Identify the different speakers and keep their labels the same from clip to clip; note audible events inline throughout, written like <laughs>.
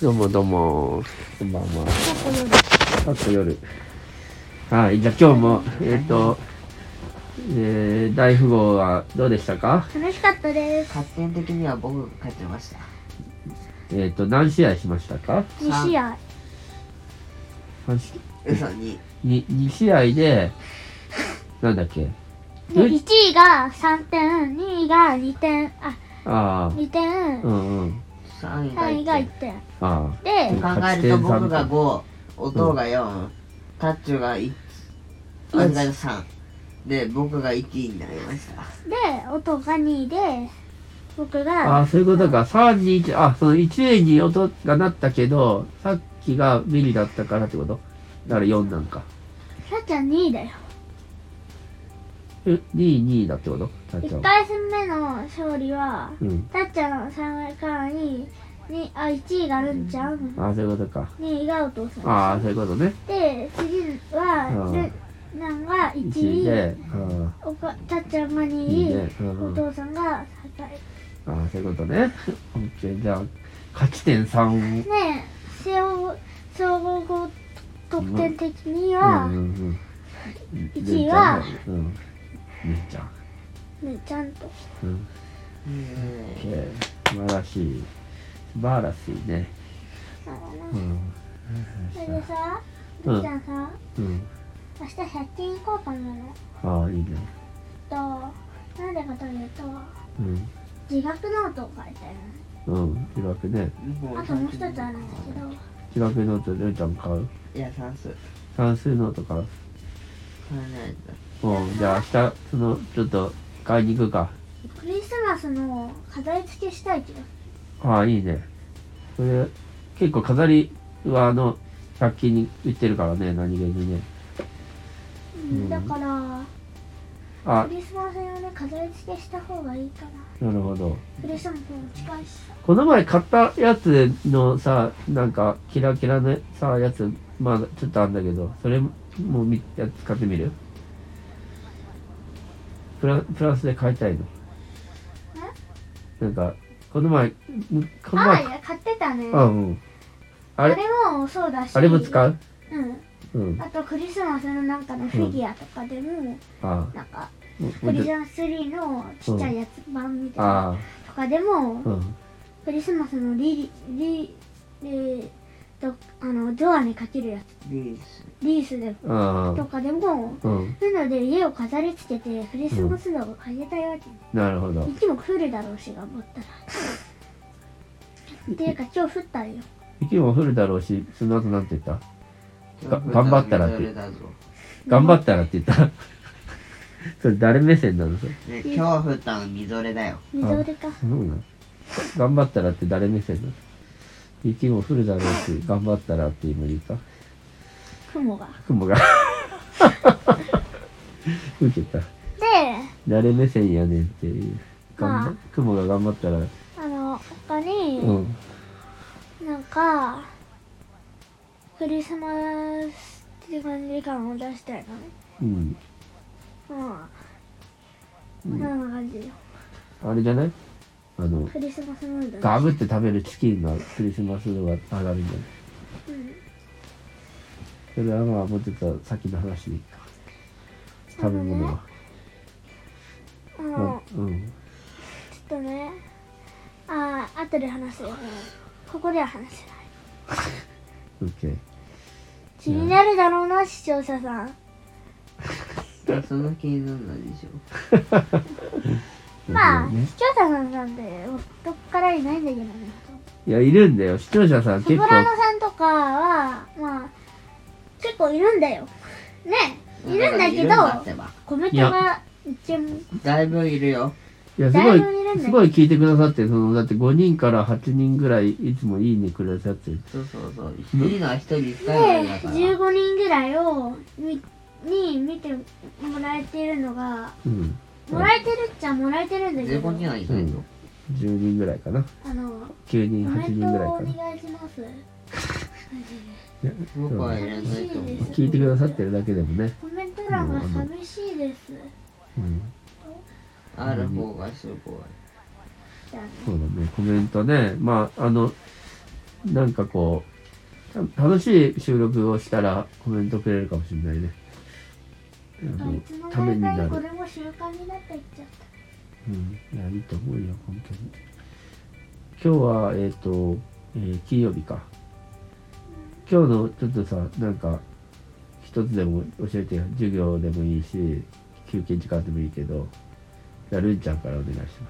Speaker 1: どうもどうも。こんばんは。あと夜。はい、じゃあ今日も、えっ、と、えー、大富豪はどうでしたか
Speaker 2: 楽しかったです。
Speaker 3: 勝点的には僕が勝ってました
Speaker 1: えっ、と、何試合しましたか
Speaker 2: 2試合。
Speaker 1: 三試
Speaker 3: 嘘に
Speaker 1: に 2, 試合で、なんだっけ
Speaker 2: で、
Speaker 1: え
Speaker 2: 1位が3点、2位が2点、あ、
Speaker 1: あ
Speaker 2: 2点
Speaker 1: あ、う、んうん。
Speaker 3: 3
Speaker 2: 3
Speaker 3: 位
Speaker 2: 位が
Speaker 3: が
Speaker 2: 1
Speaker 3: 1
Speaker 2: 点。
Speaker 1: あ
Speaker 2: で、
Speaker 1: うん
Speaker 3: 考えると僕が5弟が4タッチュが1
Speaker 2: うん
Speaker 3: あんが3で僕が1位になりました
Speaker 2: で、音が2位で、僕
Speaker 1: あ。あ
Speaker 2: が、
Speaker 1: あ、そういうことか。3、2、1、あ、その1位に音がなったけど、さっきがビリだったからってことだから4なんか。
Speaker 2: さっちゃん2位だよ。
Speaker 1: え、2位、2位だってことさっちゃん
Speaker 2: 1
Speaker 1: は
Speaker 2: 回戦目の勝利は、
Speaker 1: うん。
Speaker 2: たっちゃん3位から2位、にあ、1位がるんちゃん、
Speaker 1: ああ、そういうことか。
Speaker 2: 2位がお父さん。
Speaker 1: ああ、そういうことね。
Speaker 2: で、次
Speaker 1: うん
Speaker 2: は、ルナンが
Speaker 1: 1位
Speaker 2: 1位、
Speaker 1: で、あ
Speaker 2: おかたっちゃんが
Speaker 1: あ、いい
Speaker 2: 2
Speaker 1: ね
Speaker 2: 位、。
Speaker 1: う
Speaker 2: お
Speaker 1: んうん
Speaker 2: 父さんが3位。
Speaker 1: ああ、そういうことね。オッケーじゃあ、勝ち点3を。
Speaker 2: ねえ総総合得点的に
Speaker 1: うん
Speaker 2: は、
Speaker 1: うんうん。
Speaker 2: 一位は
Speaker 1: うん。めっちゃん。
Speaker 2: ねちゃんと
Speaker 1: うん。
Speaker 3: うん
Speaker 1: オッケー素晴らしい。素晴らしいね。
Speaker 2: だからな
Speaker 1: うん。
Speaker 2: それでさ
Speaker 1: うん
Speaker 2: みっちゃんさ
Speaker 1: うん。
Speaker 2: 明日100均行こうかなの
Speaker 1: ああ、いいね。
Speaker 2: となんでかというと
Speaker 1: うん。
Speaker 2: 自学ノートを書いて
Speaker 1: うん。気楽ね。
Speaker 2: るあともう一つあるんだけど
Speaker 1: 気楽ノート、りょうちゃん買う
Speaker 3: いや算数
Speaker 1: 算数ノート買う
Speaker 3: 考え
Speaker 1: うん。じゃあ、明日、その、ちょっと、買いに行くか。
Speaker 2: クリスマスの飾り付けしたいけど
Speaker 1: ああ、いいね。それ、結構飾りは、あの、100均に売ってるからね、何気にね。
Speaker 2: うんだから
Speaker 1: あ
Speaker 2: ク、リスマス用に飾り付けした方がいいかな
Speaker 1: なるほど。
Speaker 2: クリスマスも近いしさ
Speaker 1: この前買ったやつのさ、なんか、キラキラのさ、やつ、まあ、ちょっとあんだけど、それもみ、やつ買ってみるプラプラスで買いたいの。なんか、この前、むこの
Speaker 2: ああ
Speaker 1: 前
Speaker 2: い、や買ってたね
Speaker 1: あ、うん。あ
Speaker 2: あれ
Speaker 1: れ、
Speaker 2: もそうだし
Speaker 1: あれも使う
Speaker 2: うん
Speaker 1: うん。
Speaker 2: あとクリスマスのなんかのフィギュアとかでも、
Speaker 1: あ
Speaker 2: なんか
Speaker 1: あ、も
Speaker 2: ク
Speaker 1: もう
Speaker 2: リ
Speaker 1: ち
Speaker 2: ス
Speaker 1: ょ
Speaker 2: マスツリーのちっちゃいやつ版みたいな
Speaker 1: あ
Speaker 2: とかでも、
Speaker 1: あ、うん。
Speaker 2: クリスマスのリリリリとあのドアにかけるや
Speaker 3: たリー
Speaker 2: つ
Speaker 3: ス
Speaker 2: リースで
Speaker 1: あ
Speaker 2: とかでも、
Speaker 1: あ、うん。
Speaker 2: そういうので家を飾り付けてクリスマス度を変えたいわけ、
Speaker 1: なるほど。
Speaker 2: 雪も降るだろうし頑張っ
Speaker 1: <laughs>
Speaker 2: たらっていうか今日降ったよ
Speaker 1: 雪も降るだろうし、その後なんて言ったが頑張ったらって
Speaker 3: 今日降ったらメダルだぞ
Speaker 1: 頑張ったらって言った。 <laughs> それ誰目線なのそれ。
Speaker 3: ね今日降ったのみぞれだよ
Speaker 2: みぞれか
Speaker 1: そうなの頑張ったらって誰目線なの雪も降るだろうし、頑張ったらって今言った。
Speaker 2: 雲が
Speaker 1: 雲が。 <laughs> 受けた。
Speaker 2: で
Speaker 1: 誰目線やねんっていう。頑張
Speaker 2: ま
Speaker 1: 雲が頑張ったら、
Speaker 2: あの他に、
Speaker 1: うん。
Speaker 2: なんかクリスマスって感じ感を出したい
Speaker 1: うん。
Speaker 2: のねうんこんな感じよ
Speaker 1: あれじゃないあの、
Speaker 2: クリスマスムード
Speaker 1: ガブって食べるチキンのクリスマス度が上がるんじゃない
Speaker 2: うん
Speaker 1: それはまあもうちょっと先の話でいいか。食べ物は。
Speaker 2: あ
Speaker 1: う
Speaker 2: の
Speaker 1: んうん。
Speaker 2: ちょっとねああ後で話すよここでは話せない
Speaker 1: オッケー。
Speaker 2: 気になるだろうな視聴者さん
Speaker 3: その気になんないでしょ
Speaker 2: ま
Speaker 1: <laughs>
Speaker 2: あ
Speaker 1: ね
Speaker 2: 視聴者さんなんでどっからいないんだけどね
Speaker 1: いや、いるんだよ。視聴者さん
Speaker 2: ソプ
Speaker 1: 結構。
Speaker 2: ラノさんとかはまあ結構いるんだよねいるんだけ
Speaker 3: いるんだっ
Speaker 2: ど
Speaker 3: てば
Speaker 2: コメントが一見
Speaker 3: だいぶいるよ
Speaker 1: いや、すご
Speaker 2: だ
Speaker 1: い
Speaker 2: いぶいるんだ、よ
Speaker 1: すごい聞いてくださって、その、だって5人から8人ぐらい、いつもいいねくださってる。
Speaker 3: そうそうそういいのは一人
Speaker 2: で
Speaker 3: 一回までだから
Speaker 2: 15人ぐらいをみに見てもらえてるのが
Speaker 1: うん。
Speaker 2: もらえてるっちゃもらえてるんだけど
Speaker 3: 15人はいないの
Speaker 1: 10人ぐらいかな。
Speaker 2: あの
Speaker 1: 9人、
Speaker 2: コメ
Speaker 1: 8
Speaker 2: ン
Speaker 1: 人
Speaker 2: トを
Speaker 1: ぐらい
Speaker 2: お
Speaker 1: かな。
Speaker 2: 願いします
Speaker 3: 僕はいらないと思う
Speaker 1: 聞いてくださってるだけでもね。
Speaker 2: コメント欄が寂しいです
Speaker 1: うん。
Speaker 3: ある方がすごい
Speaker 2: だね
Speaker 1: そうだね。コメントね。まあ、あの、なんかこう、た楽しい収録をしたらコメントくれるかもしれないね。あ
Speaker 2: あい
Speaker 1: の
Speaker 2: つの
Speaker 1: ためにな
Speaker 2: 間にこ
Speaker 1: る。
Speaker 2: れも習慣になっていっちゃった
Speaker 1: うん、いや、いいと思うよ、本当に。今日は、えっ、と、えー金曜日か。今日のちょっとさ、なんか、一つでも教えてよ、授業でもいいし、休憩時間でもいいけど、じゃあ、るんちゃんからお願いします。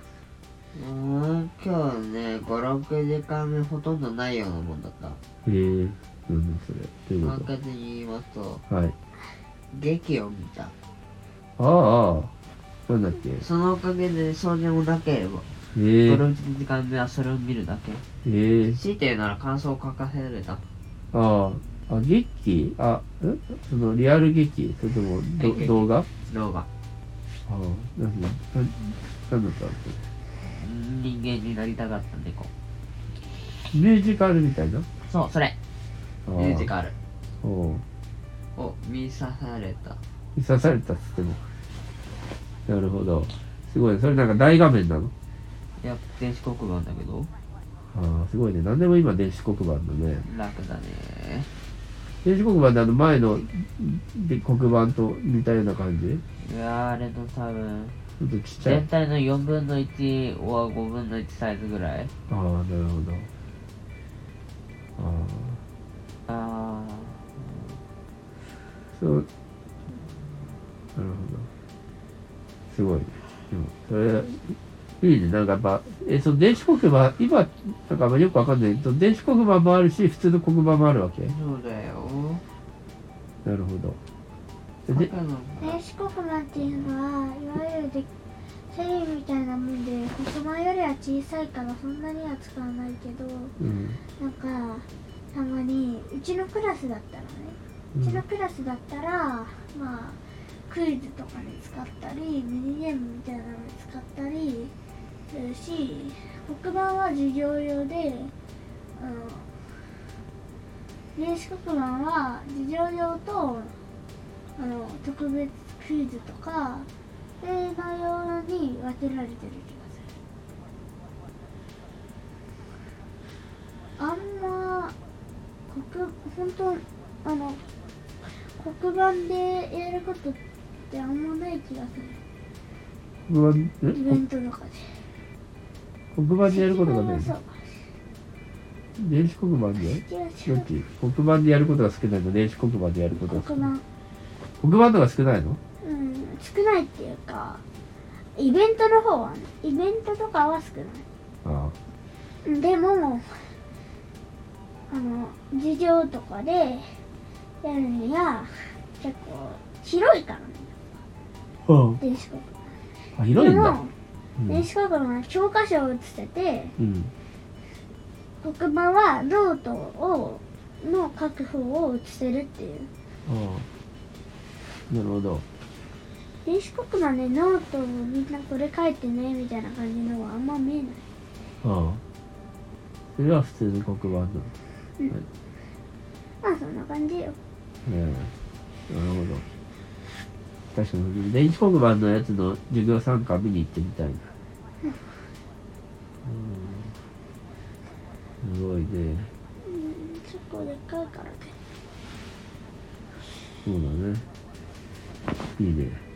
Speaker 3: うん今日ね56時間目ほとんどないようなもんだった
Speaker 1: へえー、なんだそれ。という
Speaker 3: 簡
Speaker 1: こ
Speaker 3: 単に言いますと
Speaker 1: と。はい。
Speaker 3: 劇を見た
Speaker 1: ああ、なんだっけ。
Speaker 3: そのおかげでそうでもなければ
Speaker 1: えー、
Speaker 3: 56時間目はそれを見るだけ
Speaker 1: えー、
Speaker 3: 強いて言うなら感想を書かせられた
Speaker 1: ああ、あ、劇あ、んそのリアル劇それともど、
Speaker 3: はい
Speaker 1: 動画あ
Speaker 3: 動画
Speaker 1: あ、なんだ、なんなんだったっ
Speaker 3: 人間になりたかった猫
Speaker 1: けミュージカルみたいな
Speaker 3: そうそれ
Speaker 1: あ
Speaker 3: ミュージ
Speaker 1: カ
Speaker 3: カル
Speaker 1: ル。おう
Speaker 3: を見さされた
Speaker 1: 刺されたっつっても。なるほど。すごい、それなんか大画面なの
Speaker 3: いや電子黒板だけど
Speaker 1: ああ、すごいね。なんでも今電子黒板だね。
Speaker 3: 楽だね
Speaker 1: 電子黒板であの前ので黒板と似たような感じ
Speaker 3: いやーあれの多分
Speaker 1: ちょっとちっちゃい
Speaker 3: 全。体の4分の1は5分の1サイズぐらい
Speaker 1: ああ、なるほど。ああ。
Speaker 3: あ
Speaker 1: そう。なるほど。すごいね。でも、それ、いいね。なんかやっぱ、え、その電子黒板、今、なんかあんまりよくわかんないけど、電子黒板もあるし、普通の黒板もあるわけ。
Speaker 3: ーそうだよ
Speaker 1: なるほど。で
Speaker 3: だ、から
Speaker 2: 電子黒板っていうのはいわゆるでテレビみたいなもんで黒板よりは小さいからそんなには使わないけど
Speaker 1: うん。
Speaker 2: なんかたまにうちのクラスだったらね
Speaker 1: う
Speaker 2: うんちのクラスだったらまあクイズとかに使ったりミニゲームみたいなのに使ったりするし黒板は授業用で、うん、電子黒板は授業用とあの特別クイズとか映画用に分けられてる気がするあんま黒本当あの黒板でやることってあんまない気がする
Speaker 1: 黒板、
Speaker 2: イベ
Speaker 1: え
Speaker 2: ントとかで
Speaker 1: 黒板でやることがない
Speaker 2: そう
Speaker 1: の電子黒板で
Speaker 2: 違う違う
Speaker 1: どっち黒板でやることが少ないの電子黒板でやることが
Speaker 2: 黒
Speaker 1: 少ない。
Speaker 2: 板
Speaker 1: 黒板のが少ないの
Speaker 2: うん少ないっていうかイベントの方はねイベントとかは少な
Speaker 1: あ
Speaker 2: いでもあの授業とかでやるには結構広いからね
Speaker 1: あ。うん
Speaker 2: 電子黒
Speaker 1: あ、
Speaker 2: 板
Speaker 1: 広いん
Speaker 2: で
Speaker 1: だ
Speaker 2: も。
Speaker 1: うん
Speaker 2: 電子黒板は教科書を写してて
Speaker 1: うん。
Speaker 2: 黒板はノートをの書く方を写せるっていう
Speaker 1: ああ。なるほど。
Speaker 2: 電子黒板でノートをみんなこれ書いてねみたいな感じのはあんま見えない
Speaker 1: ああそれは普通の黒板なのね
Speaker 2: まあそんな感じよ
Speaker 1: えなるほど確かに電子黒板のやつの授業参観見に行ってみたいなうんすごいね
Speaker 2: うんちょっとでっかいからね
Speaker 1: そうだねいいね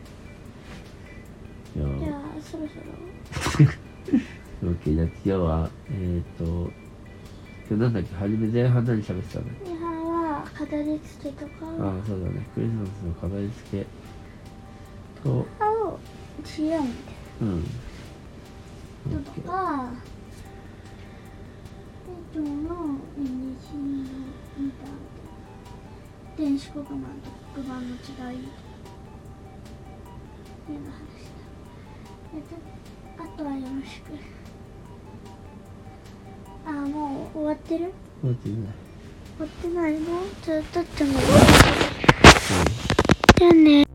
Speaker 1: いや
Speaker 2: じゃ
Speaker 1: ー
Speaker 2: あそろそろ
Speaker 1: OK じゃあ今日はえっ、と今日なんだっけ初め前半何喋ってたの
Speaker 2: 前半は飾り付けとか
Speaker 1: ああそうだねクリスマスの飾り付けと
Speaker 2: をしようみ
Speaker 1: うん
Speaker 2: たいなこととかえっとの NG 見た電子黒板と黒板の違いっていうのを話したえっとあとはよろしくあもう終わってる
Speaker 1: そうですね
Speaker 2: 終わってないのちょっとってもじゃあね